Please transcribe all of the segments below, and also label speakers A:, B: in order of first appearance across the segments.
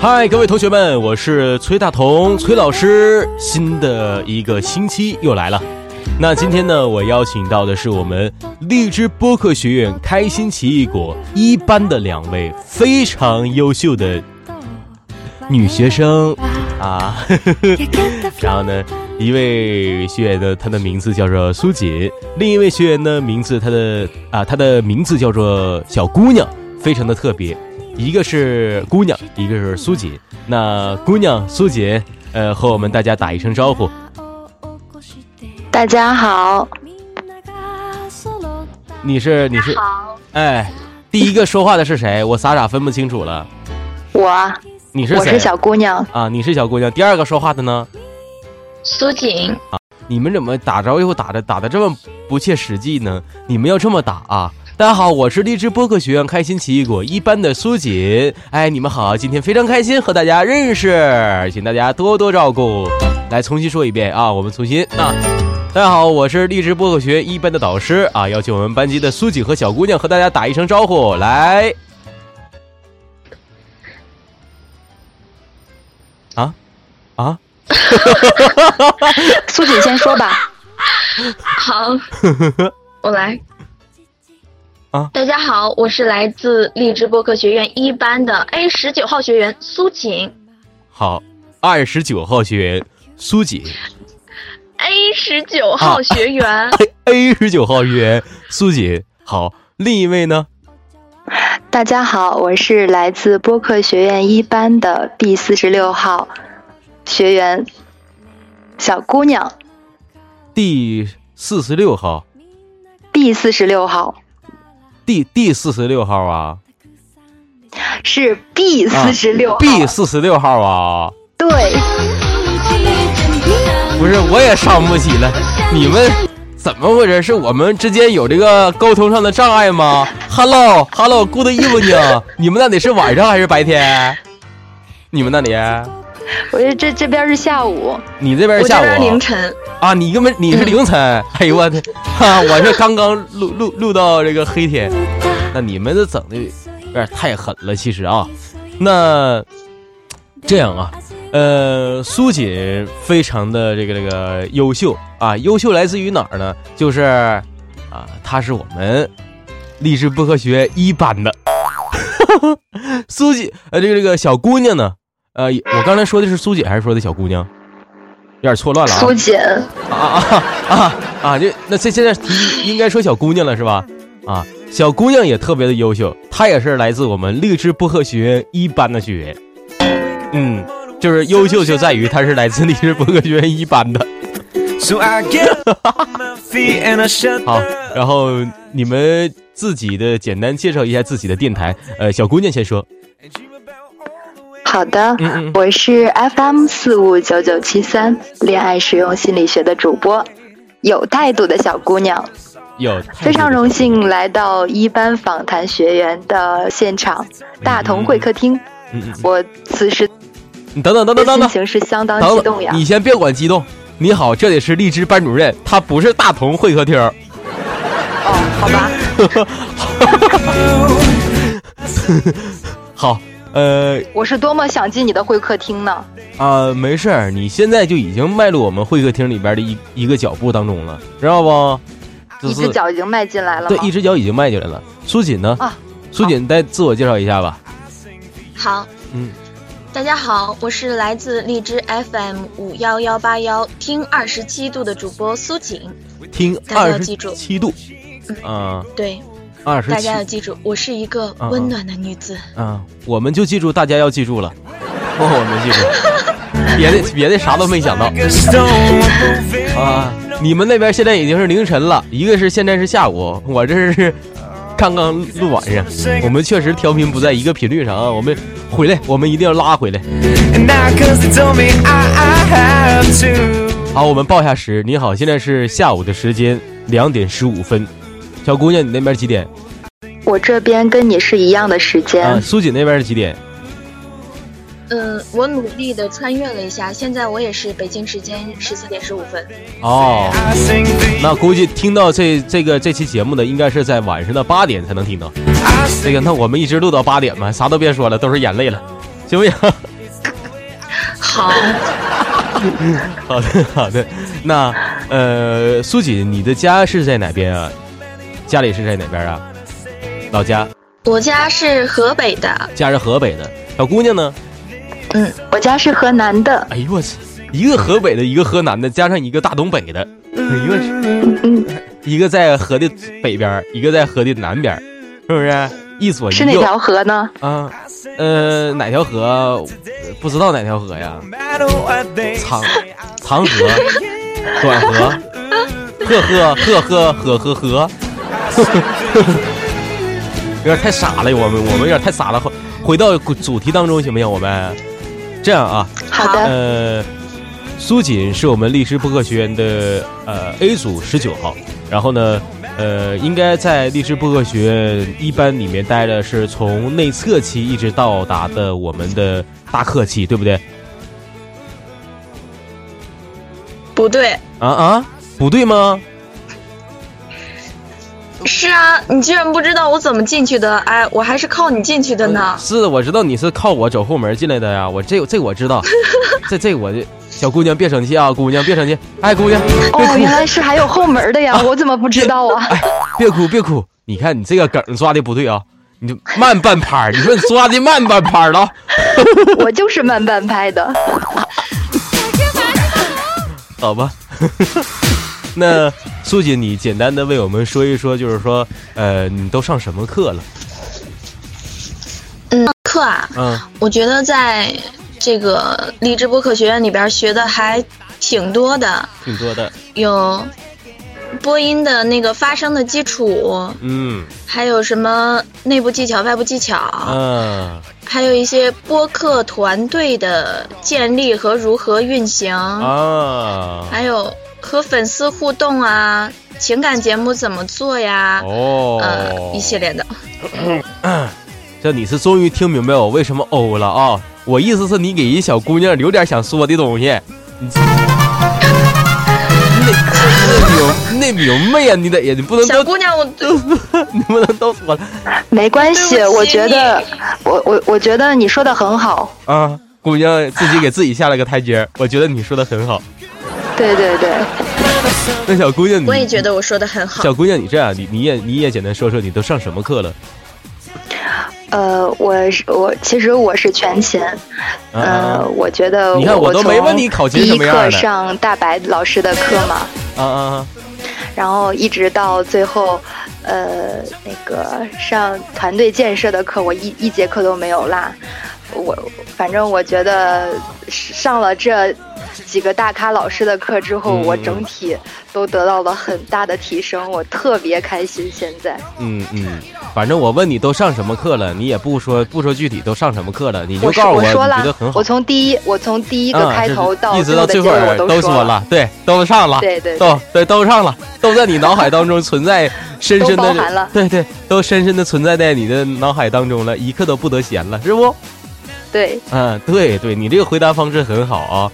A: 嗨，各位同学们，我是崔大同，崔老师。新的一个星期又来了，那今天呢，我邀请到的是我们荔枝播客学院开心奇异果一班的两位非常优秀的女学生啊。然后呢，一位学员呢，她的名字叫做苏锦；另一位学员呢，名字她的啊，她的名字叫做小姑娘，非常的特别。一个是姑娘，一个是苏锦。那姑娘苏锦，呃，和我们大家打一声招呼。
B: 大家好，
A: 你是你是，
B: 好，
A: 哎，第一个说话的是谁？我傻傻分不清楚了。
B: 我啊
A: 你是
B: 我
A: 谁？
B: 是小姑娘
A: 啊，你是小姑娘。第二个说话的呢？啊
B: 苏锦，
A: 你们怎么打招呼打的打的这么不切实际呢？你们要这么打啊！大家好，我是荔枝播客学院开心奇异果一班的苏锦。哎，你们好，今天非常开心和大家认识，请大家多多照顾。来，重新说一遍啊，我们重新啊。大家好，我是荔枝播客学院一班的导师啊，邀请我们班级的苏锦和小姑娘和大家打一声招呼，来。啊啊！
B: 苏锦先说 吧。
C: 好，我来。
A: 啊
C: 大家好，我是来自荔枝播客学院一班的 A 十九号学员苏锦。
A: 好，二十九号学员苏锦
C: A 十九号学员、
A: 啊 ，A 十九号学员苏锦。好，另一位呢？
B: 大家好，我是来自播客学院一班的 B 四十六号学员小姑娘
A: 第四十六号，
B: ，B 四十六号
A: 第第四十六号啊
B: 是 B 四十六号、
A: ，B 四十六号啊，
B: 对，
A: 不是我也上不起了，你们怎么回事？是我们之间有这个沟通上的障碍吗？Hello，Hello，Good evening，你们那里是晚上还是白天？你们那里？
B: 我这这这边是下午，
A: 你这边
C: 我
A: 是下
C: 这
A: 午啊？
C: 边凌晨。
A: 啊，你根本你
B: 嗯
A: 是凌晨，哎呦我的，哈、我是刚刚录录录到这个黑天，那你们这整的有点太狠了，其实啊，呃那这样啊，呃，苏锦非常的这个这个优秀啊，优秀来自于哪儿呢？就是啊，他是我们励志播客学一班的， 苏锦呃，这个这个小姑娘呢，呃，我刚才说的是苏锦还是说的小姑娘？有点错乱了啊！
B: 苏锦，
A: 啊啊啊啊！这那这现在提应该说小姑娘了是吧？啊，小姑娘也特别的优秀，她也是来自我们荔枝播客学院一班的学员。嗯，就是优秀就在于她是来自荔枝播客学院一班的。
D: So I get on my feet and I shut
A: 好，然后你们自己的简单介绍一下自己的电台。呃，小姑娘先说。
B: 好的。
A: 嗯嗯。
B: 我是 FM 四五九九七三恋爱实用心理学的主播，有态度的小姑娘。
A: 有，
B: 非常荣幸来到一班访谈学员的现场大同会客厅，
A: 嗯。嗯嗯，
B: 我此时
A: 你等等等
B: 的
A: 等等
B: 心
A: 等。
B: 情是相当激
A: 等
B: 动
A: 等
B: 呀，。
A: 你先别管激动。你好，这里是荔枝班主任，他不是大同会客厅。
B: 哦，好吧，
A: 好，呃，
B: 我是多么想进你的会客厅呢？
A: 啊，没事儿，你现在就已经迈入我们会客厅里边的一一个脚步当中了，知道不？就
B: 一
A: 是
B: 只脚已经迈进来了
A: 对
B: 吗，
A: 一？只脚已经迈进来了。苏锦呢？
B: 啊
A: 苏锦再自我介绍一下吧。
C: 好，
A: 嗯，
C: 大家好，我是来自荔枝 FM 五幺幺八幺听二十七度的主播苏锦。
A: 听
C: 大家
A: 二
C: 要
A: 十
C: 记住
A: 七度，啊，
C: 对，
A: 二十
C: 大
A: 七
C: 家要记住，我是一个
A: 啊啊
C: 温暖的女子。
A: 啊，我们就记住，大家要记住了，哦我们记住，别的别的啥都没想到
D: like a stone, I'm moving
A: 啊。你们那边现在已经是凌晨了，一个是现在是下午，我这是刚刚录晚上。我们确实调频不在一个频率上啊，我们回来，我们一定要拉回来。
D: And now, cause they told me I, I have to.
A: 好，我们报一下时。你好，现在是下午的时间两点十五分。小姑娘，你那边几点？
B: 我这边跟你是一样的时间，
A: 啊，苏锦那边是几点？
C: 嗯，我努力的穿越了一下，现在我也是北京时间十四点十五分。
A: 哦，
D: I sing thee.
A: 那估计听到这这个这期节目的，应该是在晚上的八点才能听到。
D: I sing
A: 这个，那我们一直录到八点吧，啥都别说了，都是眼泪了，行不行？
C: 好，
A: 好的，好 的。那呃，苏锦，你的家是在哪边啊？家里是在哪边啊？老家，
C: 我家是河北的，
A: 家是河北的。小姑娘呢？
B: 嗯，我家是河南的，
A: 哎呦我去，一个河北的，一个河南的，加上一个大东北的，一个是
B: 嗯，
A: 一个在河的北边，一个在河的南边，是不是？一左一
B: 是哪
A: 右
B: 条河呢？
A: 啊？呃，哪条河啊？不知道哪条河呀
D: no？matter what they
A: 长长河、短河，呵呵呵呵呵呵呵， 有点太傻了，我们我们有点太傻了。回回到主题当中行不行？我们这样啊，
B: 好的，
A: 呃，苏锦是我们历史播客学院的呃 A 组十九号，然后呢，呃，应该在历史播客学院一班里面待的是从内测期一直到达的我们的大课期，对不对？
C: 不对，
A: 啊啊，不对吗？
C: 是啊，你居然不知道我怎么进去的，哎，我还是靠你进去的呢。
A: 是，我知道你是靠我走后门进来的呀，我这这我 知道，这这我这小姑娘别生气啊，姑娘别生气，哎，姑娘别
B: 哦，
A: 哭哎
B: 原，来是还有后门的呀，我怎么不知道 啊？
A: 别哭，别哭，你看你这个梗抓的不对啊，你就慢半拍儿，你说你抓的慢半拍儿了，
B: 我就是慢半拍的，
A: 好吧？ 那苏姐，你简单的为我们说一说，就是说，呃，你都上什么课了？
C: 嗯，课啊，
A: 嗯，
C: 我觉得在这个励志播客学院里边学的还挺多的，
A: 挺多的，
C: 有播音的那个发声的基础，
A: 嗯
C: 还有什么内部技巧、外部技巧，
A: 嗯
C: 还有一些播客团队的建立和如何运
A: 嗯
C: 行，
A: 啊
C: 还有和粉丝互动啊，情感节目怎么做呀，呃
A: 哦，，
C: 一系列的。
A: 这你是终于听明白我为什么欧了啊！我意思是你给一小姑娘留点想说的东西， 你这你得你得明你得明白呀，啊你得呀，你不能
C: 小
A: 都
C: 姑娘，我
A: 嗯你不能都说了
B: 没关系，
C: 对不起
B: 我觉得，我我我觉得你说的很好，
A: 啊！姑娘自己给自己下了个台阶儿，我觉得你说的很好。
B: 对对对，
A: 那小姑娘你，
C: 我也觉得我说的很好。
A: 小姑娘你这样，你你也你也简单说说你都上什么课了？
B: 呃，我是我其实我是全勤，
A: 啊
B: 呃，我觉得
A: 你看我
B: 我
A: 都没问你
B: 从
A: 考勤
B: 第
A: 什
B: 一
A: 么样
B: 课
A: 的
B: 上大白老师的课嘛，
A: 啊啊啊！
B: 然后一直到最后，呃，那个上团队建设的课，我一一节课都没有落。我反正我觉得上了这几个大咖老师的课之后，
A: 嗯
B: 我整体都得到了很大的提升，我特别开心。现在
A: 嗯嗯，反正我问你都上什么课了，你也不说不说具体都上什么课了，你就
B: 我
A: 告诉
B: 说说
A: 你觉
B: 了
A: 得很，好
B: 我。从第一我从第一个
A: 啊
B: 开
A: 这
B: 头
A: 是
B: 到
A: 一直
B: 后
A: 到
B: 的
A: 最
B: 结
A: 后
B: 尾我
A: 儿都
B: 说，
A: 了，对，都上了，
B: 对对
A: 都对都上了，都在你脑海当中存在，深深
B: 都包含
A: 的
B: 了，
A: 对对，都深深的存在在你的脑海当中了，一刻都不得闲了，是不？
B: 对，
A: 嗯，对对，你这个回答方式很好啊，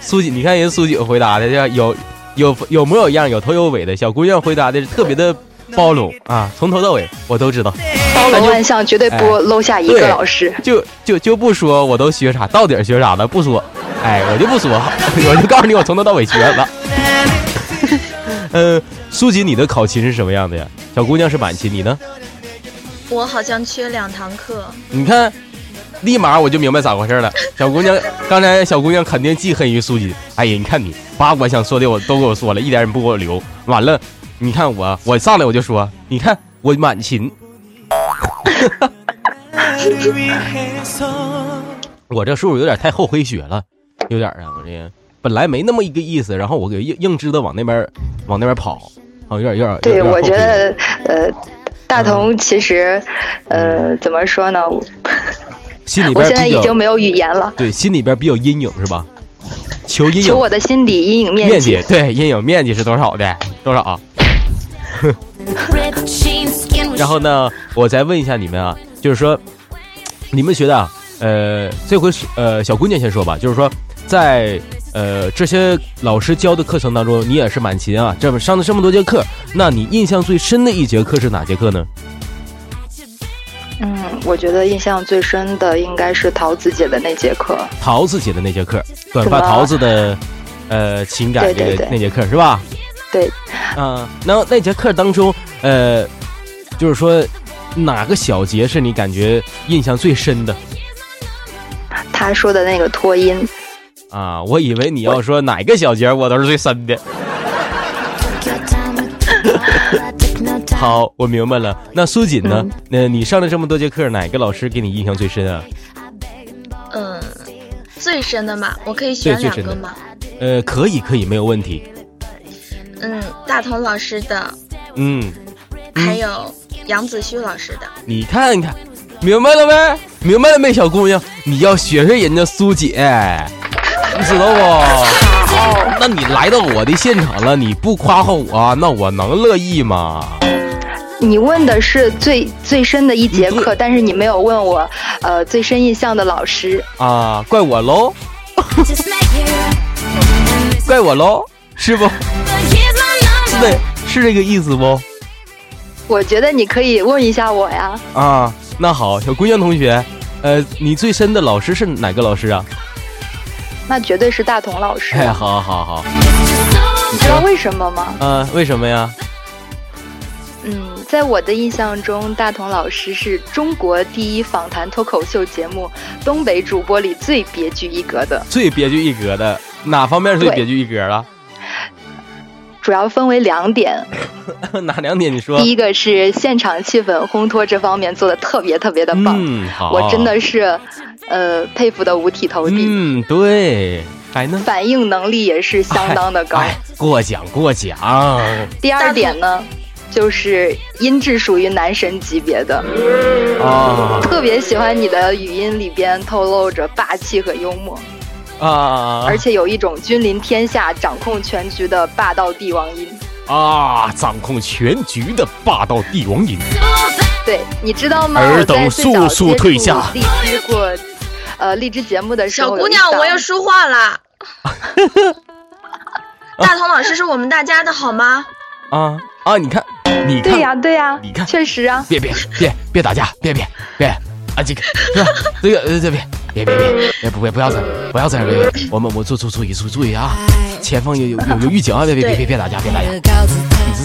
A: 苏锦，你看人苏锦回答的这样有有有模有样，有头有尾的，小姑娘回答的是特别的包容啊，从头到尾我都知道，
B: 包
A: 那
B: 罗
A: 就
B: 万象，绝对不
A: 哎
B: 漏下一
A: 对
B: 个老师。
A: 就就就不说我都学啥，到底儿学啥了，不说，哎，我就不说， 我就告诉你我从头到尾学了。 呃，苏锦，你的考勤是什么样的呀？小姑娘是满勤，你呢？
C: 我好像缺两堂课，
A: 你看，立马我就明白咋回事了。小姑娘，刚才小姑娘肯定记恨于苏锦。哎呀，你看你把我想说的我都给我说了，一点也不给我留。完了，你看我，我上来我就说，你看我满勤，
D: rehearsal.
A: 我这是不是有点太厚黑学了？有点啊，我这本来没那么一个意思，然后我给硬硬支的往那边往那边跑，啊，有点有点。有
B: 对，
A: 点
B: 我
A: 后嗯
B: 觉
A: 悔
B: 得呃，大同其实呃怎么说呢？我
A: 心里嗯
B: 我
A: 边
B: 现在
A: 比
B: 已
A: 较
B: 经没有语言了，
A: 对心里边比较阴影是吧？求阴影
B: 求我的心理阴影
A: 面
B: 面积
A: 积，对阴影面积是多少的？多少啊？ 然后呢，我再问一下你们啊，就是说，你们觉得啊，呃，这回是呃小姑娘先说吧，就是说，在呃这些老师教的课程当中，你也是满勤啊，这么上了这么多节课，那你印象最深的一节课是哪节课呢？
B: 嗯，我觉得印象最深的应该是桃子姐的那节课。
A: 桃子姐的那节课，短发
B: 什么
A: 桃子的呃情感
B: 对
A: 这个
B: 对对
A: 那节课是吧？
B: 对，
A: 嗯，那那节课当中，呃，就是说哪个小节是你感觉印象最深的
B: 她说的那个脱音，
A: 啊？我以为你要说哪个小节我都是最深的。好，我明白了。那苏锦呢？那、你上了这么多节课，哪个老师给你印象最深啊？
C: 嗯，最深的嘛，我可以选
A: 对
C: 两
A: 最
C: 个
A: 深的
C: 嘛。
A: 呃，可以，可以，没有问题。
C: 嗯，大同老师的，
A: 嗯，
C: 还有杨子旭老师的。
A: 你看看，明白了没？明白了没，小姑娘？你要学学人家苏姐，你知道不？哦那你来到我的现场了，你不夸夸我，那我能乐意吗？
B: 你问的是最最深的一节课，但是你没有问我，呃，最深印象的老师。
A: 啊，怪我喽， 怪我喽，是不？是的，是这个意思不？
B: 我觉得你可以问一下我呀，
A: 啊，那好，小姑娘同学，呃，你最深的老师是哪个老师啊？
B: 那绝对是大同老师。
A: 哎，好好好，
B: 你
A: 啊
B: 知道为什么吗？
A: 嗯、为什么呀？
B: 嗯，在我的印象中，大同老师是中国第一访谈脱口秀节目《东北主播》里最别具一格的，
A: 最别具一格的哪方面最
B: 对
A: 别具一格了？
B: 主要分为两点。
A: 哪两点？你说。
B: 第一个是现场气氛烘托这方面做的特别特别的棒，
A: 嗯，好，
B: 我真的是，呃，佩服的五体投地。
A: 嗯，对，还呢，
B: 反应能力也是相当的高。
A: 哎，过奖过奖，啊
B: 第二点呢，就是音质属于男神级别的，
A: 啊
B: 特别喜欢你的语音里边透露着霸气和幽默，
A: 啊
B: 而且有一种君临天下、掌控全局的霸道帝王音。
A: 啊！掌控全局的霸道帝王瘾，
B: 对，你知道吗？
A: 尔
B: 我在
A: 等
B: 最早
A: 速速
B: 接触
A: 退下
B: 荔枝过，呃，荔枝节目的时候
C: 小
B: 有一档，
C: 姑娘，我又说话 啦。大同老师是我们大家的好吗？
A: 啊啊！你看，你看，
B: 对呀、对呀、
A: 你看
B: 确实啊，
A: 别别别别打架，别别别啊！这个是吧？ 这个呃，这边别别别别不别不要这样，不要这样，别别，我们我注注注意注注意啊！前方有有有有预警啊！别别别别别打架，别打架！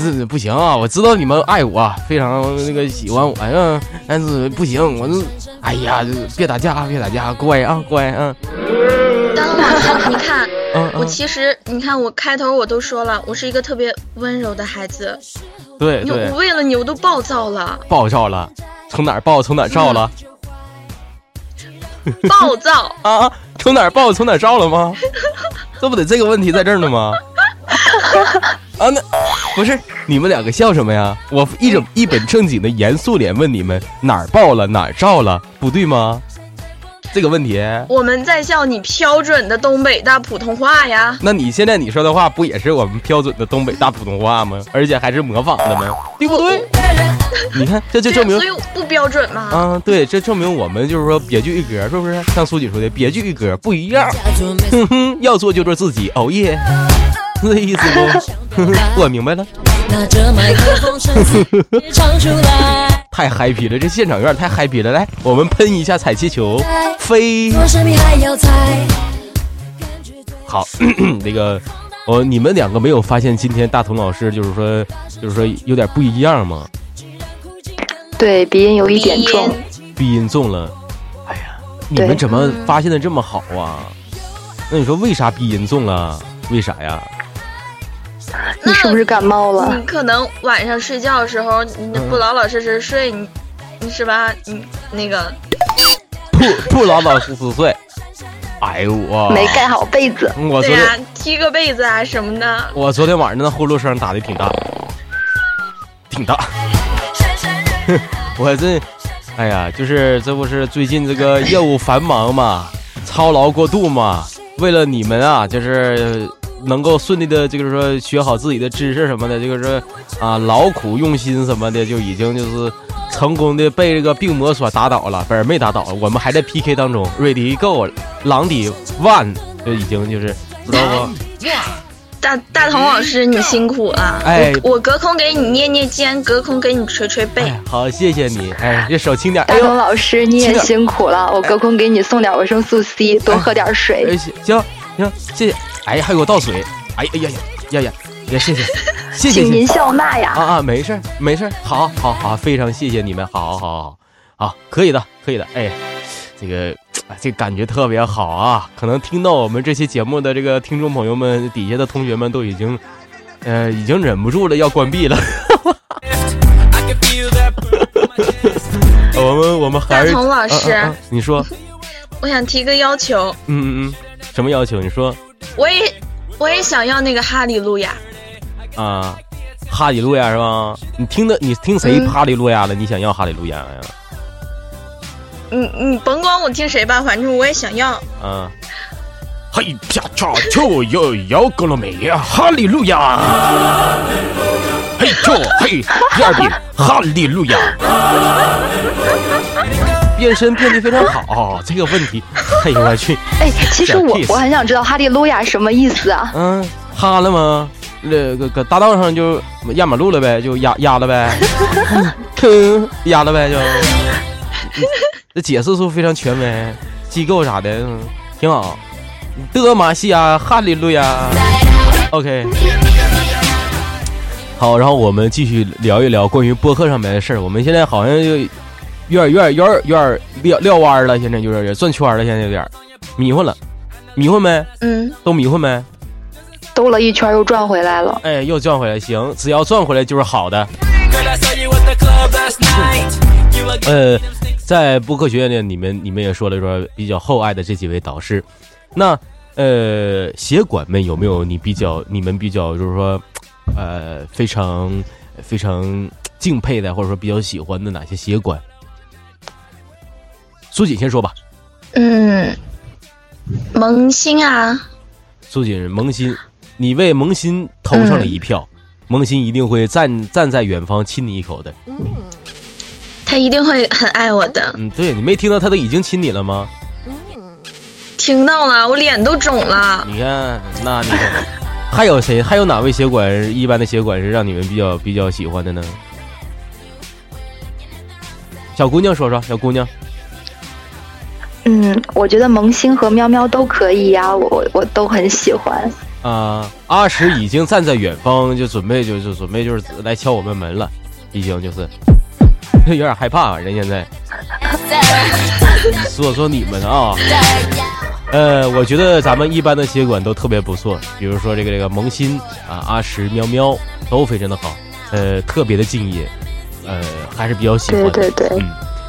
A: 这这不行啊！我知道你们爱我啊，非常那个喜欢我哎呀、但是不行，我这哎呀，别打架，啊，别打架，乖啊乖啊！
C: 大同老师，你看，
A: 嗯
C: 我
A: 嗯，
C: 其实你看，我开头我都说了，我是一个特别温柔的孩子。
A: 对
C: 你我
A: 对，
C: 为了你，我都暴躁了，
A: 爆照了，从哪儿爆从哪儿照了、
C: 暴躁。
A: 啊？从哪儿爆从哪儿照了吗？这不得这个问题在这儿呢吗？啊，那不是你们两个笑什么呀？我一整一本正经的严肃脸问你们哪儿爆了哪儿照了，不对吗？这个问题。
C: 我们在笑你标准的东北的普通话呀。
A: 那你现在你说的话不也是我们标准的东北大普通话吗？而且还是模仿的吗？对不对？你看，这就
C: 对
A: 证明
C: 所以我不标准嘛。
A: 啊，对，这证明我们就是说别具一格，是不是？像苏姐说的，别具一格不一样，哼哼， 要做就做自己，熬夜，是这意思不？ 哼哼我明白了，
E: 拿着麦克风，声嘶力竭唱出来。
A: 太 happy 了，这现场有点太 happy 了。来，我们喷一下彩气球，飞。
E: 我身边还有菜。
A: 好， 那个，哦，你们两个没有发现今天大同老师就是说，就是说有点不一样吗？
B: 对鼻音有一点
C: 鼻音
B: 重。
A: 鼻音重了。哎呀，你
B: 对
A: 们怎么发现的这么好啊？那你说为啥鼻音重了？为啥呀？
B: 你是不是感冒了？
C: 你可能晚上睡觉的时候，你
A: 嗯
C: 不老老实实睡，你
A: 啊
C: 你是吧？你那个
A: 不不老老实实睡。哎哎呦我
B: 没盖好被子。
A: 我昨
C: 对啊
A: 天、
C: 呀、踢个被子啊什么的。
A: 我昨天晚上那呼噜声打的挺大，挺大。 我这，哎呀，就是这不是最近这个业务繁忙嘛，操劳过度嘛。为了你们啊，就是能够顺利的，就是说学好自己的知识什么的，就是说啊劳苦用心什么的，就已经就是成功的被这个病魔所打倒了，不是没打倒，我们还在 PK 当中。瑞迪 Go，朗迪 One 就已经就是不知道不。
C: 大大同老师，你辛苦了。
A: 哎
C: 我我隔空给你捏捏肩，隔空给你捶捶背。
A: 哎，好，谢谢你。哎，这手轻点。哎
B: 大
A: 呦
B: 同，老师，你也辛苦了，我隔空给你送点维生素 C，多喝点
A: 哎，
B: 水。
A: 行行行，谢谢。哎呀，还给我倒水。哎哎呀呀呀呀，也谢 谢，谢谢
B: 请
A: 谢
B: 您
A: 谢。
B: 笑纳呀
A: 啊。啊，没事儿没事儿，好好好，非常谢谢你们，好好好好好，可以的可以的。哎，这个哎这感觉特别好啊！可能听到我们这期节目的这个听众朋友们，底下的同学们都已经。呃，已经忍不住了，要关闭了。 我们我们还是
C: 大同老师
A: 啊啊啊你说，
C: 我想提个要求，
A: 嗯嗯嗯，什么要求？你说
C: 我也我也想要那个哈利路亚。
A: 啊，哈利路亚是吧？你听的，你听谁
B: 嗯
A: 哈利路亚了？你想要哈利路亚呀？
C: 你你甭管我听谁吧，反正我也想要。
A: 啊，嘿啪叉就又摇格了美呀，哈利路亚！嘿就嘿第二遍，哈利路亚！变身变得非常好，这个问题，哎呦我去，
B: 哎，其实我
A: Peace
B: 我很想知道哈利路亚什么意思啊？
A: 嗯，哈了吗？那个搁大道上就压马路了呗，就压压了呗，哼，压了呗就。这解释出非常权威，机构啥的、嗯挺好。德玛西亚，哈利路亚。OK。好，然后我们继续聊一聊关于播客上面的事儿。我们现在好像就有点、有点、有点、有点撂撂弯儿了，现在有点转圈儿了，现在有点儿迷糊了，迷糊没？
C: 嗯，
A: 都迷糊没？
B: 兜了一圈又转回来了。
A: 哎，又转回来，行，只要转回来就是好的。呃，在播客学院呢，你们你们也说了说比较厚爱的这几位导师，那呃，协管们有没有你比较你们比较就是说呃非常非常敬佩的，或者说比较喜欢的哪些协管？苏锦先说吧，
C: 嗯，萌新啊，
A: 苏锦萌新，你为萌新投上了一票，萌新一定会站站在远方亲你一口的。
C: 他一定会很爱我的。
A: 嗯，对你没听到他都已经亲你了吗？
C: 听到了，我脸都肿了。
A: 你看，那你看， 还有谁？还有哪位协管一般的协管是让你们比较比较喜欢的呢？小姑娘说说，小姑娘，
B: 嗯，我觉得萌新和喵喵都可以呀、我我我都很喜欢。
A: 啊、阿石已经站在远方，就准备就就准备就是来敲我们门了，已经就是。 有点害怕、啊人现在。说说你们啊，呃，我觉得咱们一般的协管都特别不错，比如说这个这个萌新啊、阿石、喵喵都非常的好，呃，特别的敬业，呃，还是比较喜欢
B: 对
A: 的。
B: 对对，
A: 嗯，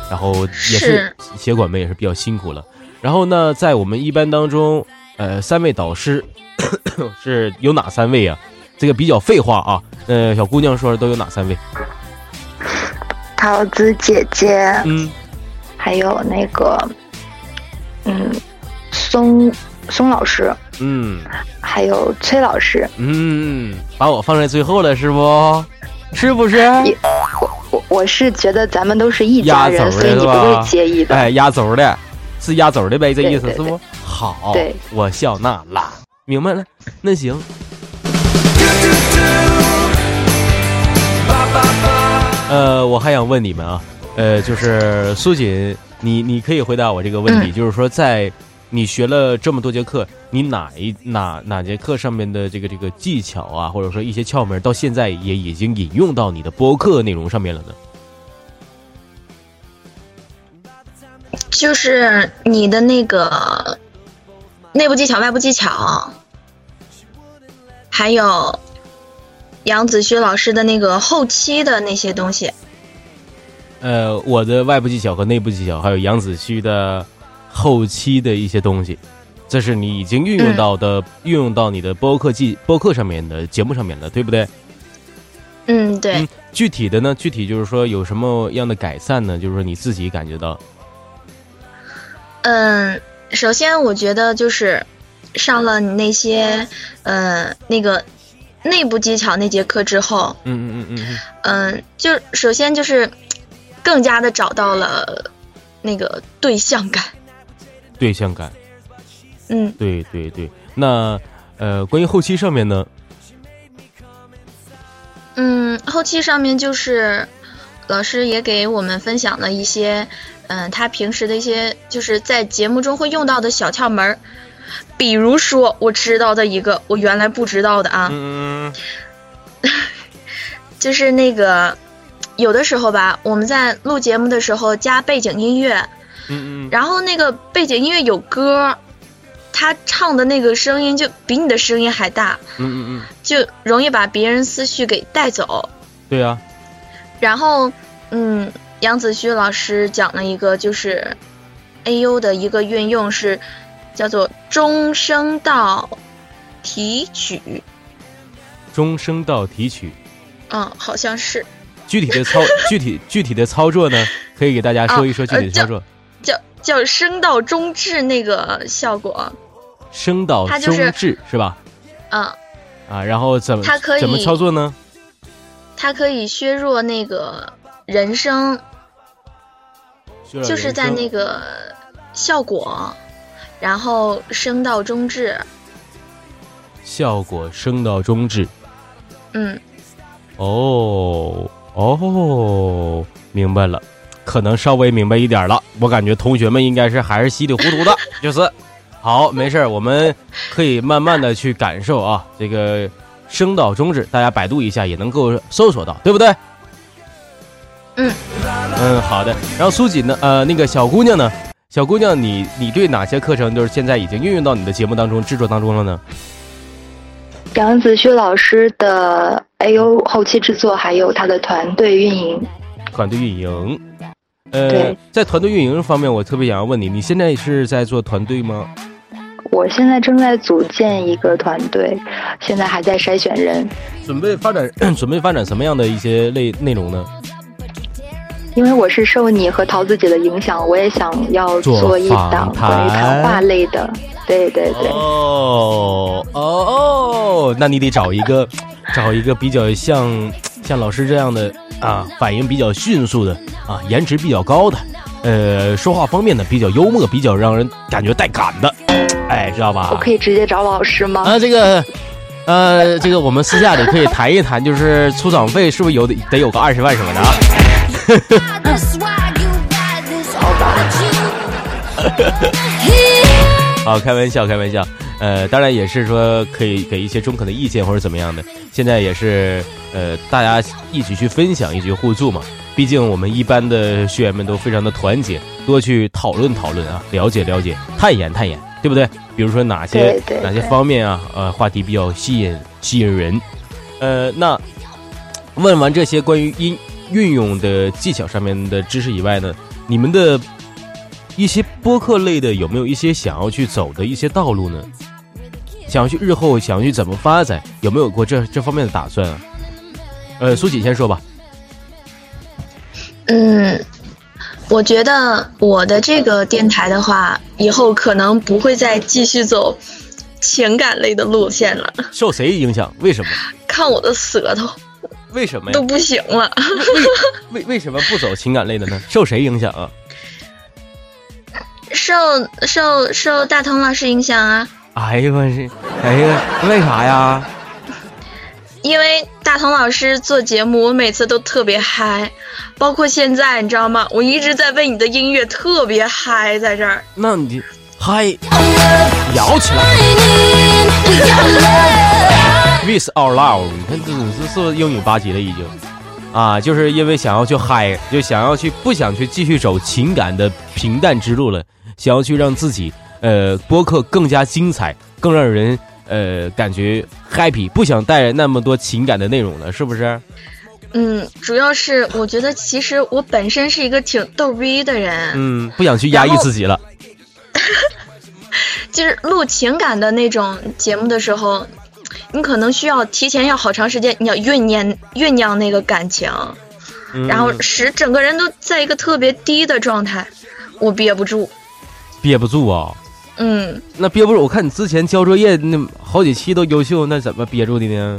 A: 然后也是
C: 是
A: 协管们也是比较辛苦了。然后呢，在我们一班当中，呃，三位导师 是有哪三位啊？这个比较废话啊，呃，小姑娘说都有哪三位？
B: 桃子姐姐，
A: 嗯，
B: 还有那个，嗯，松松老师，
A: 嗯
B: 还有崔老师。
A: 嗯，把我放在最后了是不？是不是？
B: 我我是觉得咱们都是一
A: 压轴的
B: 家人，所以
A: 是
B: 你不
A: 吧
B: 会介意的。
A: 哎，压轴的，是压轴的呗，这
B: 对
A: 意思
B: 对
A: 是不？好，
B: 对
A: 我笑纳啦，明白了，那行。呃，我还想问你们啊，呃，就是苏锦，你你可以回答我这个问
B: 嗯
A: 题，就是说，在你学了这么多节课，你哪一哪哪节课上面的这个这个技巧啊，或者说一些窍门，到现在也已经引用到你的播客内容上面了呢？
C: 就是你的那个内部技巧、外部技巧，还有杨子胥老师的那个后期的那些东西。
A: 呃，我的外部技巧和内部技巧，还有杨子胥的后期的一些东西，这是你已经运用到的，运用到你的播客技播客上面的节目上面的，对不对？
C: 嗯，对，
A: 嗯具体的呢，具体就是说有什么样的改善呢？就是说你自己感觉到，
C: 嗯，首先我觉得就是上了你那些呃那个内部技巧那节课之后，
A: 嗯嗯嗯嗯
C: 嗯，就首先就是更加的找到了那个对象感，
A: 嗯，对象感，
C: 嗯，
A: 对对对。那呃，关于后期上面呢，
C: 嗯，后期上面就是老师也给我们分享了一些，嗯，他平时的一些就是在节目中会用到的小窍门儿，比如说我知道的一个我原来不知道的啊，
A: 嗯嗯
C: 就是那个有的时候吧，我们在录节目的时候加背景音乐，
A: 嗯嗯
C: 然后那个背景音乐有歌儿，他唱的那个声音就比你的声音还大，
A: 嗯嗯嗯，
C: 就容易把别人思绪给带走。
A: 对啊，
C: 然后，嗯，杨子胥老师讲了一个就是 A U 的一个运用是叫做中声道提取，
A: 中声道提取，
C: 嗯，好像是
A: 具体 的操具体具体的操作呢，可以给大家说一说
C: 啊
A: 具体的操作。
C: 叫叫声道中治那个效果，
A: 声道
C: 它就
A: 中
C: 是
A: 治是吧？
C: 嗯，
A: 啊，然后怎么
C: 它可以
A: 怎么操作呢？
C: 它可以削弱那个人声，
A: 啊
C: 就是在那
A: 个
C: 个效果，然后声道中治，
A: 效果声道中治。
C: 嗯，
A: 哦哦，明白了，可能稍微明白一点了。我感觉同学们应该是还是稀里糊涂的，就是。好，没事儿，我们可以慢慢的去感受啊，这个声道中治，大家百度一下也能够搜索到，对不对？
C: 嗯
A: 嗯，好的。然后苏锦呢，呃，那个小姑娘呢，小姑娘你，你对哪些课程就是现在已经运用到你的节目当中制作当中了呢？
B: 杨子胥老师的 AO 后期制作，还有他的团队运营，
A: 团队运营。呃
B: 对，
A: 在团队运营方面，我特别想要问你，你现在是在做团队吗？
B: 我现在正在组建一个团队，现在还在筛选人，
A: 准备发展， 准备发展什么样的一些类内容呢？
B: 因为我是受你和桃子姐的影响，我也想要
A: 做
B: 做一
A: 访
B: 档
A: 谈
B: 关于谈话类的，对对对，
A: 哦哦，那你得找一个，找一个比较像像老师这样的啊，反应比较迅速的啊，颜值比较高的，呃，说话方面呢比较幽默，比较让人感觉带感的，哎，知道吧？
B: 我可以直接找老师吗？
A: 啊，这个，呃，这个我们私下里可以谈一谈，就是出场费是不是有得得有个二十万什么的啊？
B: 好吧，
A: 好，开玩笑，开玩笑。呃，当然也是说可以给一些中肯的意见或者怎么样的。现在也是呃，大家一起去分享，一起互助嘛。毕竟我们一般的学员们都非常的团结，多去讨论讨论啊，了解了解，探眼探眼，对不对？比如说哪些
B: 对对
A: 哪些
B: 对
A: 方面啊，呃，话题比较吸引吸引人。呃，那问完这些关于音运用的技巧上面的知识以外呢，你们的一些播客类的有没有一些想要去走的一些道路呢？想要去日后想要去怎么发展，有没有过这这方面的打算啊？呃，苏锦先说吧。
C: 嗯，我觉得我的这个电台的话，以后可能不会再继续走情感类的路线了，
A: 受谁影响？为什么？
C: 看我的舌头
A: 为什么呀
C: 都？不行了。
A: 为为什么不走情感类的呢？受谁影响啊？
C: 受受受大同老师影响啊，
A: 哎呀，我是，哎呀，为啥呀？
C: 因为大同老师做节目，我每次都特别嗨，包括现在，你知道吗？我一直在为你的音乐特别嗨，在这儿。
A: 那你嗨，摇起来，with out loud，你看这种是是不是英语八级了已经？啊，就是因为想要去嗨，就想要去不想去继续走情感的平淡之路了，想要去让自己呃播客更加精彩，更让人呃感觉 happy，不想带那么多情感的内容了，是不是？
C: 嗯，主要是我觉得其实我本身是一个挺逗逼的人，
A: 嗯，不想去压抑
C: 然后
A: 自己了。
C: 就是录情感的那种节目的时候，你可能需要提前要好长时间，你要酝酿酝酿那个感情，
A: 嗯
C: 然后使整个人都在一个特别低的状态，我憋不住，
A: 憋不住啊、
C: 嗯，
A: 那憋不住，我看你之前交作业那好几期都优秀，那怎么憋住的呢？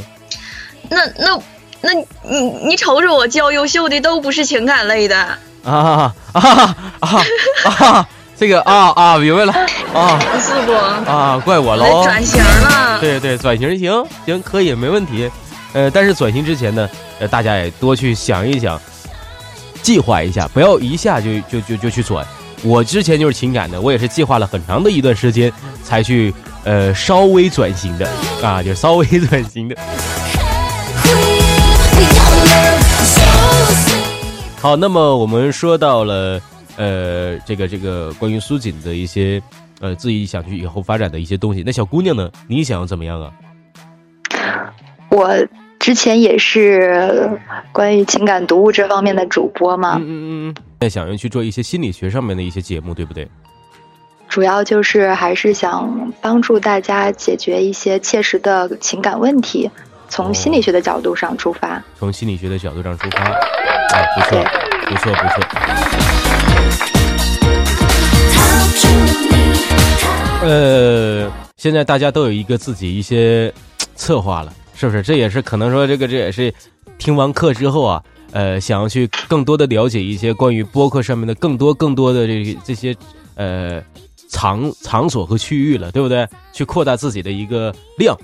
C: 那那那你你你瞅瞅我教优秀的都不是情感类的，
A: 啊啊啊啊啊！这个啊啊，明白了啊
C: 是不？
A: 啊，怪我
C: 我
A: 喽。
C: 转型了，
A: 对对，转型行行可以，没问题。呃，但是转型之前呢，呃，大家也多去想一想，计划一下，不要一下就就就就去转。我之前就是情感的，我也是计划了很长的一段时间才去呃稍微转型的啊，就是稍微转型的。好，那么我们说到了呃这个这个关于苏锦的一些呃自己想去以后发展的一些东西。那小姑娘呢？你想要怎么样啊？
B: 我之前也是关于情感读物这方面的主播嘛，
A: 嗯嗯嗯嗯，那想要去做一些心理学上面的一些节目，对不对？
B: 主要就是还是想帮助大家解决一些切实的情感问题，从心
A: 哦
B: 理学的角度上出发。
A: 从心理学的角度上出发，哎，不错，不错，不错。呃，现在大家都有一个自己一些嘖策划了，是不是？这也是可能说这个这也是听完课之后啊，呃，想要去更多的了解一些关于播客上面的更多更多的这这些呃场场所和区域了，对不对？去扩大自己的一个量，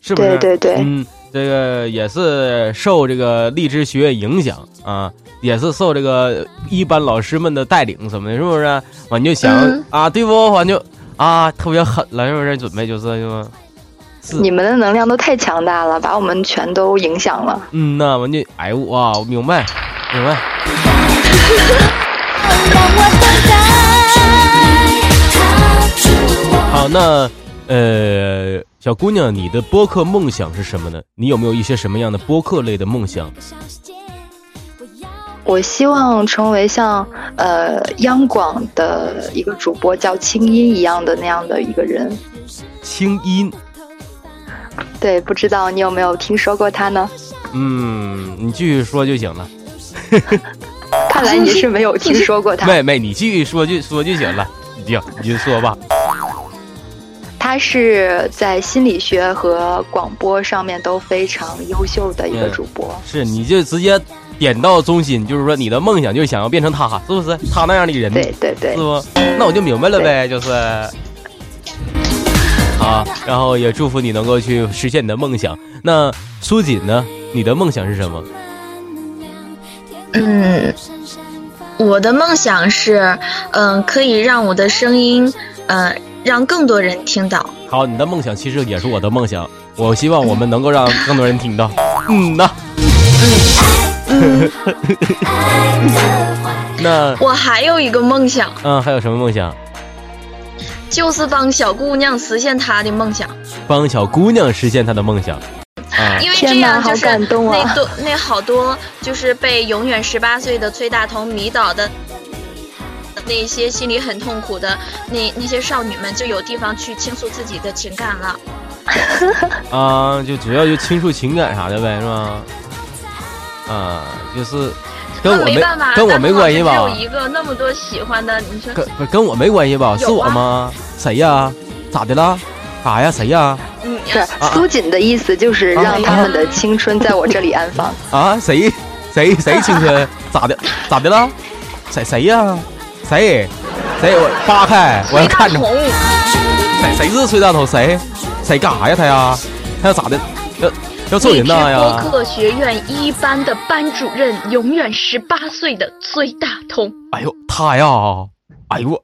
A: 是不是？
B: 对对对，
A: 嗯，这个也是受这个荔枝学院影响啊，也是受这个一班老师们的带领什么的，是不是？完就想、
C: 嗯
A: 啊，对不？完就啊，特别狠了，是不是？准备就是就是，是
B: 你们的能量都太强大了，把我们全都影响了。
A: 嗯呐，完就哎我啊，我明白明白。好，那呃，小姑娘，你的播客梦想是什么呢？你有没有一些什么样的播客类的梦想？
B: 我希望成为像呃央广的一个主播叫清音一样的那样的一个人。
A: 清音，
B: 对，不知道你有没有听说过他呢？
A: 嗯，你继续说就行了。
B: 看来你是没有听说过他。
A: 妹妹，你继续说就说就行了，你就你就说吧。
B: 他是在心理学和广播上面都非常优秀的一个主播。
A: 是，你就直接点到中心，就是说你的梦想就是想要变成他，是不是？他那样的人，
B: 对对对
A: 是，不？那我就明白了呗，就是。啊，然后也祝福你能够去实现你的梦想。那苏锦呢？你的梦想是什么？
C: 嗯，我的梦想是，嗯、可以让我的声音，呃，让更多人听到。
A: 好，你的梦想其实也是我的梦想，我希望我们能够让更多人听到。嗯呐， 那
C: 我还有一个梦想，
A: 嗯，还有什么梦想？
C: 就是帮小姑娘实现她的梦想，
A: 帮小姑娘实现她的梦想。啊，
C: 因为
B: 天
C: 这
B: 哪
C: 样就是
B: 好感动啊
C: 那多那好多就是被永远十八岁的崔大同迷倒的。那些心里很痛苦的那那些少女们，就有地方去倾诉自己的情感了。
A: 啊，就主要就倾诉情感啥的呗，是吧？啊，就是跟
C: 那
A: 我没
C: 办法，
A: 跟我
C: 大
A: 没
C: 同老
A: 关
C: 师
A: 系
C: 只有
A: 吧？
C: 一个那么多喜欢的，你说
A: 跟不是跟我没关系吧？
C: 有
A: 是我
C: 啊
A: 吗？谁呀？咋的啦？啥呀？谁呀？
C: 你
B: 是苏锦的意思就是让他们的青春在我这里安放。
A: 啊？谁谁谁青 春？咋的？咋的啦？谁谁呀？谁？谁？我扒开，我要
C: 崔大
A: 看着。
C: 同，
A: 谁谁是崔大头？谁？谁干啥呀？他呀？他要咋的？要要揍人呐
B: 啊
C: 播
A: 呀？
C: 客学院一班的班主任，永远十八岁的崔大同。
A: 哎呦，他呀！哎呦，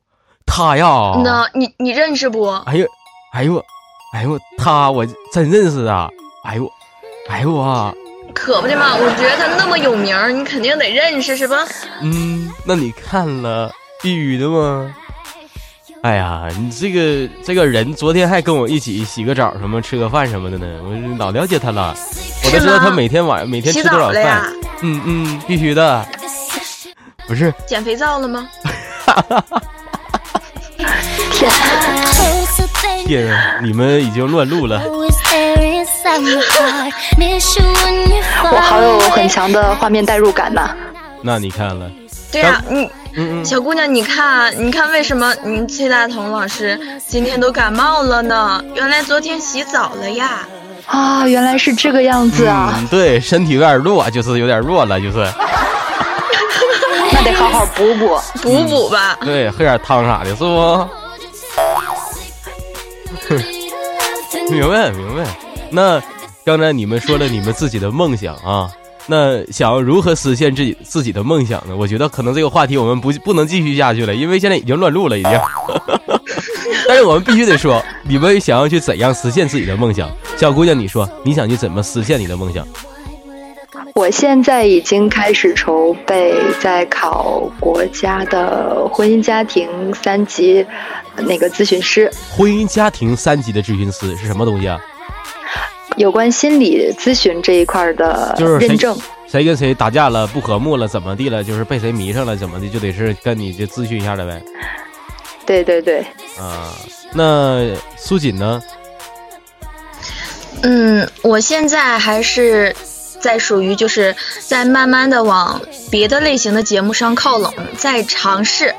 A: 他呀！
C: 那你你认识不？
A: 哎呦，哎呦，哎呦，他我真认识啊！哎呦，哎呦啊！
C: 可不的嘛，我觉得他那么有名儿，你肯定得认识是吧？
A: 嗯，那你看了地狱的吗？哎呀，你这个这个人昨天还跟我一起洗个澡什么，吃个饭什么的呢，我就老了解他了，我都知道他每天晚每天
C: 洗
A: 吃多
C: 澡
A: 少
C: 了呀
A: 饭。？嗯嗯，必须的。不是，
C: 减肥皂了吗？
B: 天，
A: 天呐，你们已经乱录了。
B: 我好有很强的画面代入感呐、
A: 那你看了，
C: 对啊，你小姑娘，你看，啊你看，为什么你崔大同老师今天都感冒了呢？原来昨天洗澡了呀。
B: 啊！原来是这个样子啊，
A: 嗯，对，身体有点弱啊，就是有点弱了，就是
B: 那得好好补补。
C: 补补吧。
A: 对，喝点汤啥的，是不？嗯明白，明白。那刚才你们说了你们自己的梦想啊，那想要如何实现自己自己的梦想呢？我觉得可能这个话题我们不不能继续下去了，因为现在已经乱录了，已经。 但是我们必须得说，你们想要去怎样实现自己的梦想？小姑娘，你说你想去怎么实现你的梦想？
B: 我现在已经开始筹备，在考国家的婚姻家庭三级那个咨询师，
A: 婚姻家庭三级的咨询师是什么东西啊？
B: 有关心理咨询这一块儿的
A: 就是谁
B: 认证。
A: 谁跟谁打架了，不和睦了，怎么地了，就是被谁迷上了，怎么的，就得是跟你就咨询一下了呗。
B: 对对对，
A: 啊，那苏锦呢？
C: 嗯，我现在还是在属于就是在慢慢的往别的类型的节目上靠拢，在尝试。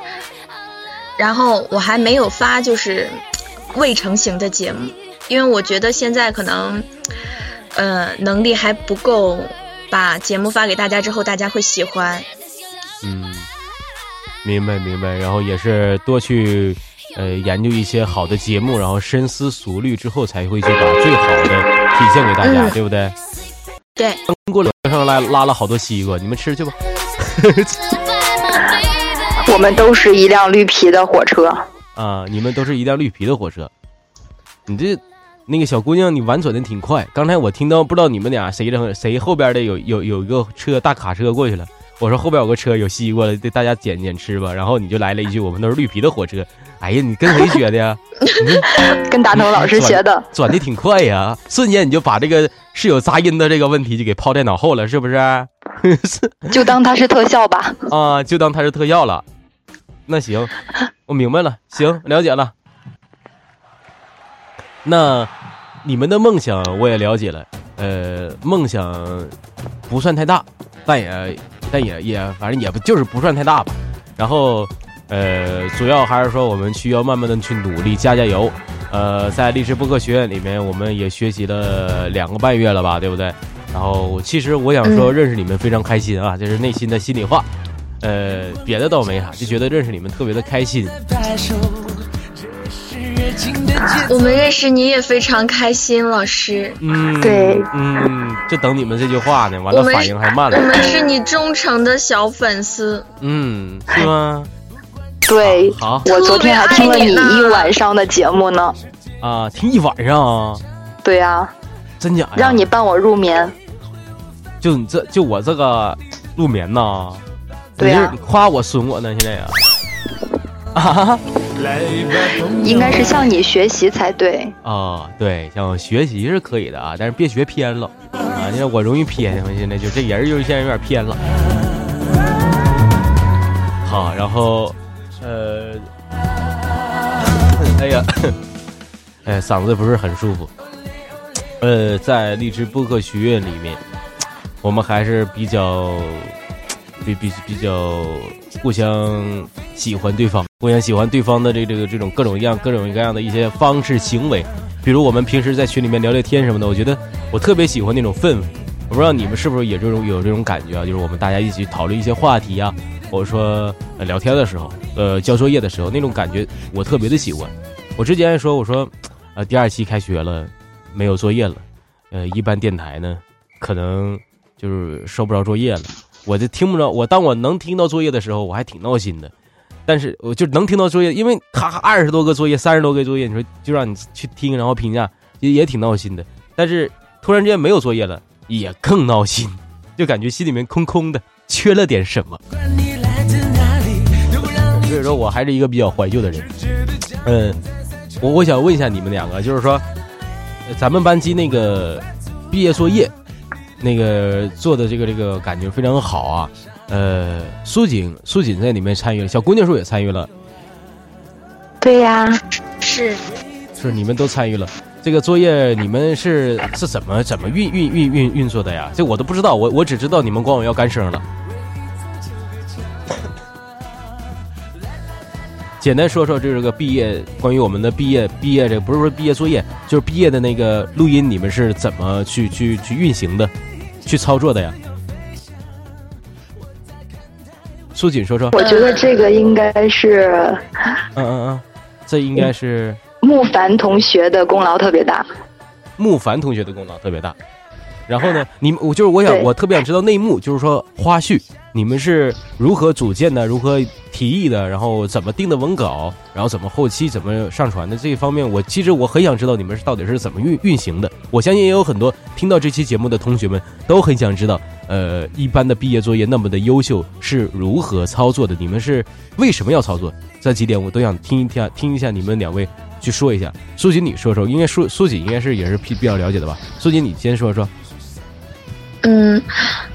C: 然后我还没有发就是未成型的节目，因为我觉得现在可能呃能力还不够，把节目发给大家之后，大家会喜欢。
A: 嗯，明白明白，然后也是多去呃研究一些好的节目，然后深思熟虑之后，才会去把最好的体现给大家，
C: 嗯
A: 对不对？
C: 对，
A: 刚过两天上来拉了好多西瓜，你们吃去吧。
B: 我们都是一辆绿皮的火车。
A: 啊，你们都是一辆绿皮的火车。你这那个小姑娘，你婉转的挺快。刚才我听到不知道你们俩谁的谁后边的有有有一个车大卡车过去了。我说后边有个车有西瓜了， 得大家捡捡吃吧。然后你就来了一句：“我们都是绿皮的火车。”哎呀，你跟谁学的呀？
B: 跟大头老师学的。
A: 转的挺快呀，瞬间你就把这个是有杂音的这个问题就给抛在脑后了，是不是？
B: 就当它是特效吧。
A: 啊，就当它是特效了。那行，我明白了，行，了解了。那你们的梦想我也了解了，呃，梦想不算太大，但也但也也反正也不就是不算太大吧。然后呃，主要还是说我们需要慢慢的去努力，加加油。呃，在励志播客学院里面，我们也学习了两个半月了吧，对不对？然后其实我想说，认识你们非常开心啊，这是内心的心里话。呃，别的倒没啥，就觉得认识你们特别的开心。
C: 我们认识你也非常开心，老师。
A: 嗯，
B: 对，
A: 嗯，就等你们这句话呢，完
C: 我
A: 了
C: 们
A: 反应还慢
C: 我
A: 了，
C: 们是你忠诚的小粉丝。
A: 嗯，是吗？
B: 哎对，
A: 好
B: 我昨天还听了你
C: 特别爱你
B: 一
C: 呢
B: 晚上的节目呢。
A: 啊，听一晚上啊，
B: 对啊，
A: 真哎假呀？
B: 让你伴我入眠。
A: 就你这就我这个入眠呐，
B: 对呀
A: 你这你夸我损我呢，现在呀，啊哈
B: 应该是向你学习才对。
A: 啊，对，想学习是可以的啊，但是别学偏了啊，现在我容易偏，我现在就这人又现在有点偏了。好，然后，呃，哎呀，哎，嗓子不是很舒服。呃，在荔枝播客学院里面，我们还是比较比比比较互相喜欢对方，互相喜欢对方的这这个这种各种各样各种各样的一些方式行为，比如我们平时在群里面聊聊天什么的，我觉得我特别喜欢那种氛围。我不知道你们是不是也这种有这种感觉啊？就是我们大家一起讨论一些话题啊，或者说、呃、聊天的时候，呃，交作业的时候那种感觉，我特别的喜欢。我之前还说我说，呃，第二期开学了，没有作业了，呃，一般电台呢，可能就是收不着作业了。我就听不着。我当我能听到作业的时候，我还挺闹心的。但是我就能听到作业，因为咔咔二十多个作业，三十多个作业，你说就让你去听，然后评价，也也挺闹心的。但是突然之间没有作业了，也更闹心，就感觉心里面空空的，缺了点什么。所以说，我还是一个比较怀旧的人。嗯，我我想问一下你们两个，就是说，呃咱们班级那个毕业作业，那个做的这个这个感觉非常好啊。呃，苏锦，苏锦在里面参与了，小姑娘是不是也参与了？
B: 对呀、
C: 是
A: 是你们都参与了。这个作业你们是是怎么怎么运运运运运作的呀？这我都不知道，我我只知道你们管我要干声了。简单说说这个毕业，关于我们的毕业毕业这个不是说毕业作业，就是毕业的那个录音，你们是怎么去去去运行的，去操作的呀？苏锦说说，
B: 我觉得这个应该是
A: 嗯嗯嗯，这应该是
B: 木凡同学的功劳特别大。
A: 木凡同学的功劳特别大。然后呢，你们我就是我想
B: 对
A: 我特别想知道内幕，就是说花絮，你们是如何组建的，如何提议的，然后怎么定的文稿，然后怎么后期怎么上传的这一方面，我其实我很想知道你们是到底是怎么运运行的。我相信也有很多听到这期节目的同学们都很想知道，呃，一般的毕业作业那么的优秀是如何操作的，你们是为什么要操作？这几点我都想听一听，听一下你们两位去说一下。苏锦，你说说，因为苏苏锦应该是也是比比较了解的吧？苏锦，你先说说。
C: 嗯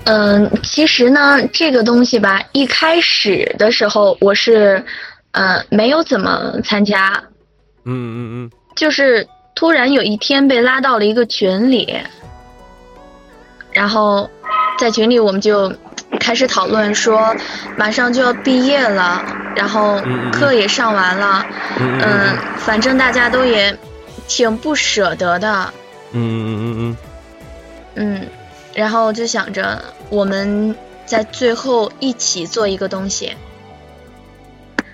C: 嗯，其实呢，这个东西吧，一开始的时候我是呃没有怎么参加，
A: 嗯嗯
C: 就是突然有一天被拉到了一个群里，然后在群里我们就开始讨论说，马上就要毕业了，然后
A: 嗯嗯嗯
C: 课也上完了，
A: 嗯嗯
C: 嗯，反正大家都也挺不舍得的，
A: 嗯嗯嗯
C: 嗯，然后就想着我们在最后一起做一个东西，
A: 嗯，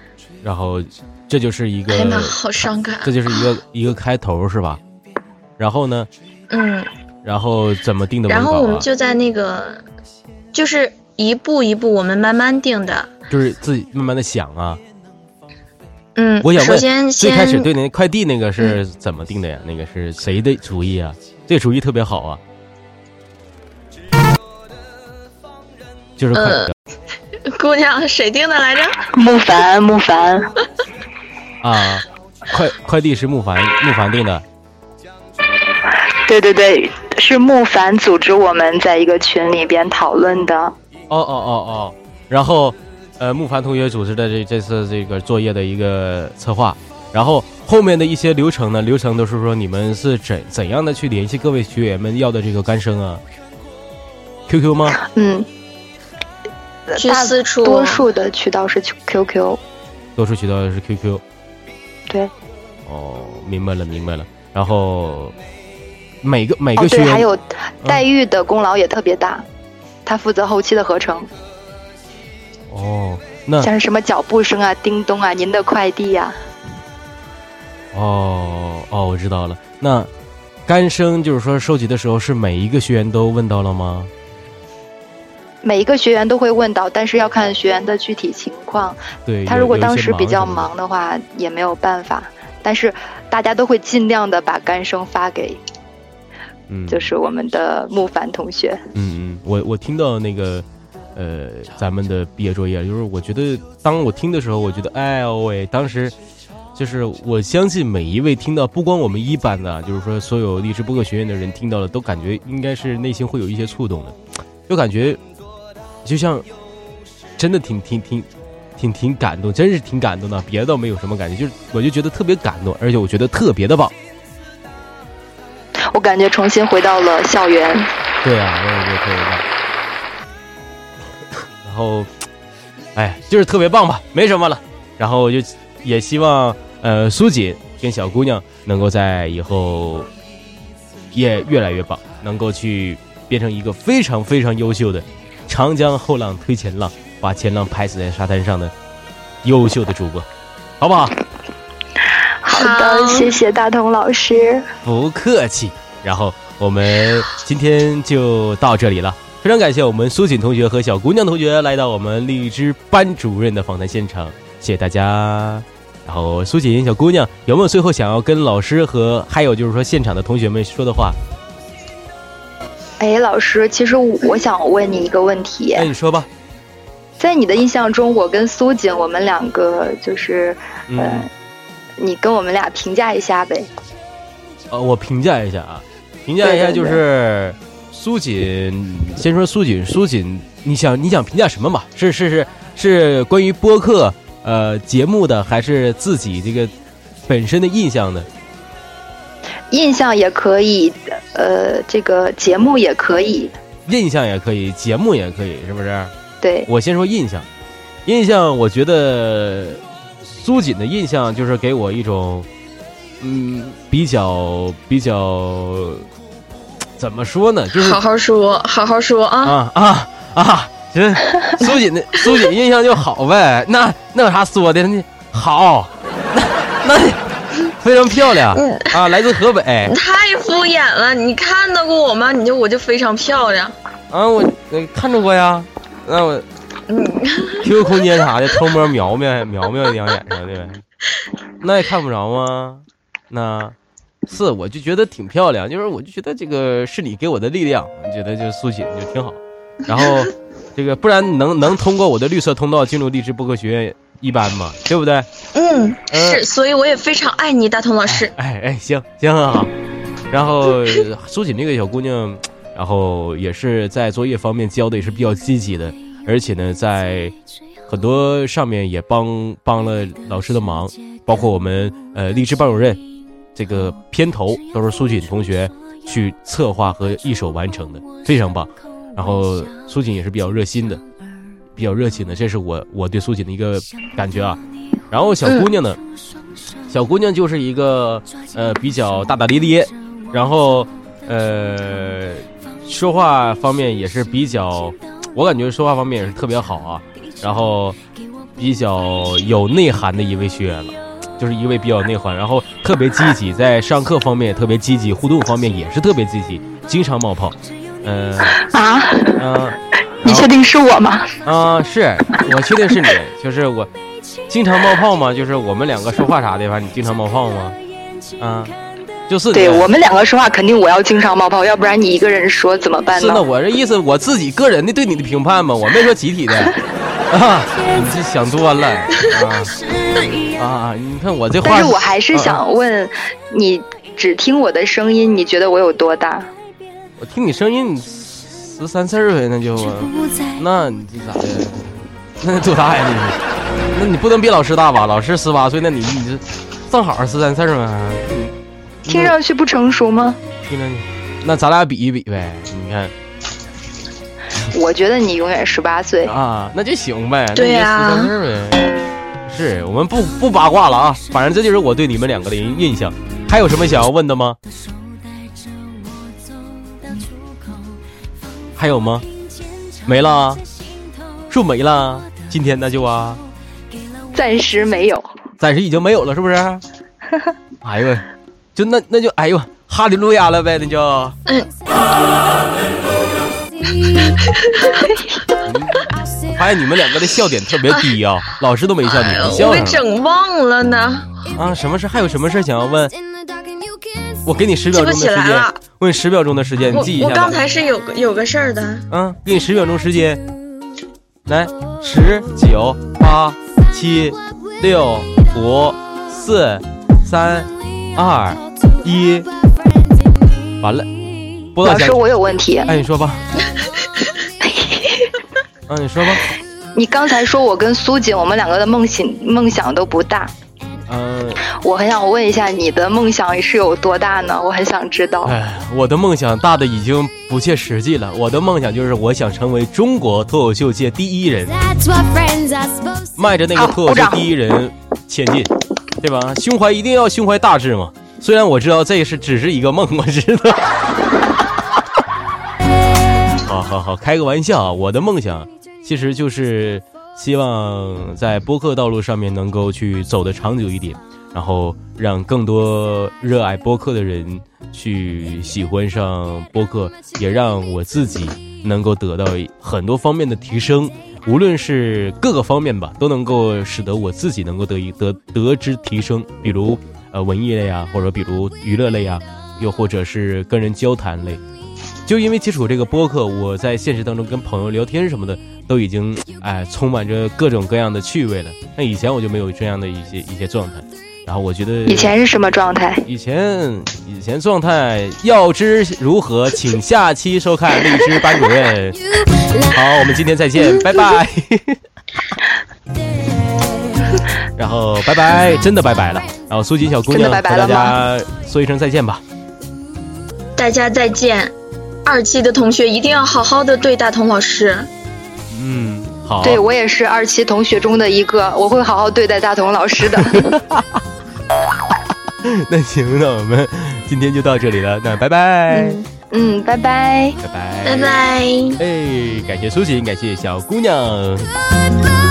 A: 然后这就是一个
C: 哎呀，妈，好伤感，
A: 这就是一个一个开头是吧？然后呢，
C: 嗯，
A: 然后怎么定的文稿、
C: 然
A: 啊？
C: 后我们就在那个，就是一步一步我们慢慢定的，
A: 就是自己慢慢的想啊。
C: 嗯，
A: 我想
C: 首
A: 问，
C: 先
A: 最
C: 先嗯
A: 开始对那快递那个是怎么定的呀？那个是谁的主意啊？这主意特别好啊，就是快
C: 呃姑娘谁定的来着？
B: 木凡，木凡，
A: 啊，快快递是木凡木凡定的，
B: 对对对，是木凡组织我们在一个群里边讨论的。
A: 哦哦哦哦，然后呃，木凡同学组织的这这次这个作业的一个策划，然后后面的一些流程呢，流程都是说你们是怎怎样的去联系各位学员们要的这个干声啊？QQ 吗？
B: 嗯，
C: 去
B: 大
C: 私处，
B: 多数的渠道是 QQ。
A: 多数渠道是 QQ。
B: 对，
A: 哦，明白了，明白了。然后每个每
B: 哦
A: 个学
B: 对，
A: 员、嗯
B: 还有黛玉的功劳也特别大，她负责后期的合成，
A: 哦，那
B: 像是什么脚步声啊、叮咚啊、您的快递呀、
A: 哦哦，我知道了。那干声就是说收集的时候，是每一个学员都问到了吗？
B: 每一个学员都会问到，但是要看学员的具体情况。
A: 对，
B: 他
A: 有
B: 如果
A: 有一
B: 当
A: 些
B: 时比较
A: 什么的
B: 忙的话，也没有办法。但是大家都会尽量的把干声发给，
A: 嗯，
B: 就是我们的木凡同学。
A: 嗯嗯，我我听到那个呃，咱们的毕业作业，就是我觉得当我听的时候，我觉得哎呦喂，当时就是我相信每一位听到，不光我们一班的啊，就是说所有励志播客学院的人听到了，都感觉应该是内心会有一些触动的，就感觉就像真的挺挺挺。挺挺感动，真是挺感动的，别的倒没有什么感觉，就是我就觉得特别感动，而且我觉得特别的棒。
B: 我感觉重新回到了校园。
A: 对啊，我也觉得特别棒。然后，哎，就是特别棒吧，没什么了。然后我就也希望呃苏锦跟小姑娘能够在以后也越来越棒，能够去变成一个非常非常优秀的长江后浪推前浪，把前浪拍死在沙滩上的优秀的主播，好不好？
B: 好的，谢谢大同老师。
A: 不客气。然后我们今天就到这里了，非常感谢我们苏锦同学和小姑娘同学来到我们荔枝班主任的访谈现场，谢谢大家。然后苏锦小姑娘有没有最后想要跟老师和还有就是说现场的同学们说的话？
B: 哎，老师，其实我我想问你一个问题，
A: 哎那你说吧。
B: 在你的印象中，我跟苏锦，我们两个就是，
A: 嗯，
B: 你跟我们俩评价一下呗。
A: 呃，我评价一下啊，评价一下就是苏锦，先说苏锦，苏锦，你想你想评价什么嘛？是是是是关于播客呃节目的，还是自己这个本身的印象的？
B: 印象也可以，呃，这个节目也可以，
A: 印象也可以，节目也可以，是不是？
B: 对，
A: 我先说印象，印象我觉得苏锦的印象就是给我一种，嗯，比较比较怎么说呢，就是
C: 好好说，好好说啊！
A: 啊啊啊！行，苏锦的苏锦印象就好呗。那那有啥说的？那好，那那非常漂亮啊，来自河北。
C: 太敷衍了，你看到过我吗？你就我就非常漂亮，
A: 啊，我呃看着过呀，那我
C: 嗯，
A: QQ 空间啥的偷摸瞄瞄瞄瞄两眼啥的呗，那也看不着吗？那是我就觉得挺漂亮，就是我就觉得这个是你给我的力量，我觉得就是苏醒就挺好。然后这个不然能能通过我的绿色通道进入励志播客学院一般吗？对不对？
C: 嗯，
A: 呃
C: 是，所以我也非常爱你，大同老师。
A: 哎哎，行行啊。然后呃苏锦这个小姑娘，然后也是在作业方面教的也是比较积极的，而且呢，在很多上面也帮帮了老师的忙，包括我们呃励志班主任这个片头都是苏锦同学去策划和一手完成的，非常棒。然后苏锦也是比较热心的，比较热情的，这是我我对苏锦的一个感觉啊。然后小姑娘呢，小姑娘就是一个呃比较大大咧咧，然后呃说话方面也是比较，我感觉说话方面也是特别好啊，然后比较有内涵的一位学员了。就是一位比较内涵，然后特别积极，在上课方面也特别积极，互动方面也是特别积极，经常冒泡。嗯、
B: 啊，
A: 嗯、
B: 你确定是我吗？
A: 啊、是我确定是你，就是我经常冒泡吗？就是我们两个说话啥的，反正你经常冒泡吗？啊、就是的
B: 对我们两个说话，肯定我要经常冒泡，要不然你一个人说怎么办
A: 是的，
B: 呢？
A: 我这意思我自己个人的对你的评判嘛，我没说集体的啊，你这想多了啊 啊！你看我这话，
B: 但是我还是
A: 啊啊
B: 想问，你只听我的声音，你觉得我有多大？
A: 嗯我听你声音，你十三四岁那就，那你这咋的？那多大呀你？那你不能比老师大吧？老师十八岁，那你你这正好十三四儿嘛。
B: 听上去不成熟吗？
A: 听着你，那咱俩比一比呗，你看
B: 我觉得你永远十八岁。
A: 啊，那就行呗，那
C: 对
A: 你就
C: 呀
A: 四三事儿呗。是我们不不八卦了啊，反正这就是我对你们两个的印印象。还有什么想要问的吗？还有吗？没了啊，树没了啊，今天那就啊，
B: 暂时没有。
A: 暂时已经没有了，是不是？哎呦喂，就那那就哎呦，哈利路亚了呗，那就。发现你们两个的笑点特别低啊，老师都没笑你，你
C: 哎呦我
A: 笑上
C: 给
A: 了
C: 整忘了呢，
A: 啊？什么事？还有什么事想要问？我给你十秒钟
C: 记
A: 的
C: 不
A: 时
C: 起来
A: 间
C: 了，。
A: 我给你十秒钟的时间，你
C: 我
A: 记一
C: 我
A: 下
C: 刚
A: 吧。
C: 才是有个有个事儿的，
A: 嗯，给你十秒钟时间，来，十九八七六五四三二啊一，完了，播到
B: 老
A: 家
B: 师，。我有问题。
A: 哎，你说 吧。嗯、你说吧。
B: 你刚才说我跟苏锦，我们两个的梦想梦想都不大，
A: 嗯、
B: 我很想问一下你的梦想是有多大呢？我很想知道。
A: 哎，我的梦想大的已经不切实际了。我的梦想就是我想成为中国脱口秀界第一人，迈着那个脱口秀第一人前进，对吧？胸怀一定要胸怀大志嘛。虽然我知道这是只是一个梦，我知道。好好好，开个玩笑啊！我的梦想其实就是希望在播客道路上面能够去走得长久一点，然后让更多热爱播客的人去喜欢上播客，也让我自己能够得到很多方面的提升，无论是各个方面吧，都能够使得我自己能够得以得得之提升，比如呃文艺类啊，或者比如娱乐类啊，又或者是跟人交谈类。就因为接触这个播客，我在现实当中跟朋友聊天什么的，都已经哎充满着各种各样的趣味了。那以前我就没有这样的一些一些状态，然后我觉得
B: 以前是什么状态？
A: 以前以前状态要知如何，请下期收看荔枝班主任。 好，我们今天再见，拜拜。 然后拜拜，真的拜拜了。然后苏锦小姑
B: 真
A: 娘
B: 的拜拜
A: 和大
B: 了
A: 家说一声再见吧。
C: 大家再见。二期的同学一定要好好的对大同老师。
A: 嗯，好，
B: 对我也是二期同学中的一个，我会好好对待大同老师的。
A: 那行，那我们今天就到这里了，那拜拜，
B: 嗯嗯，拜拜。
A: 拜拜，
C: 拜。拜。
A: 哎，感谢苏醒，感谢小姑娘。
E: Good luck.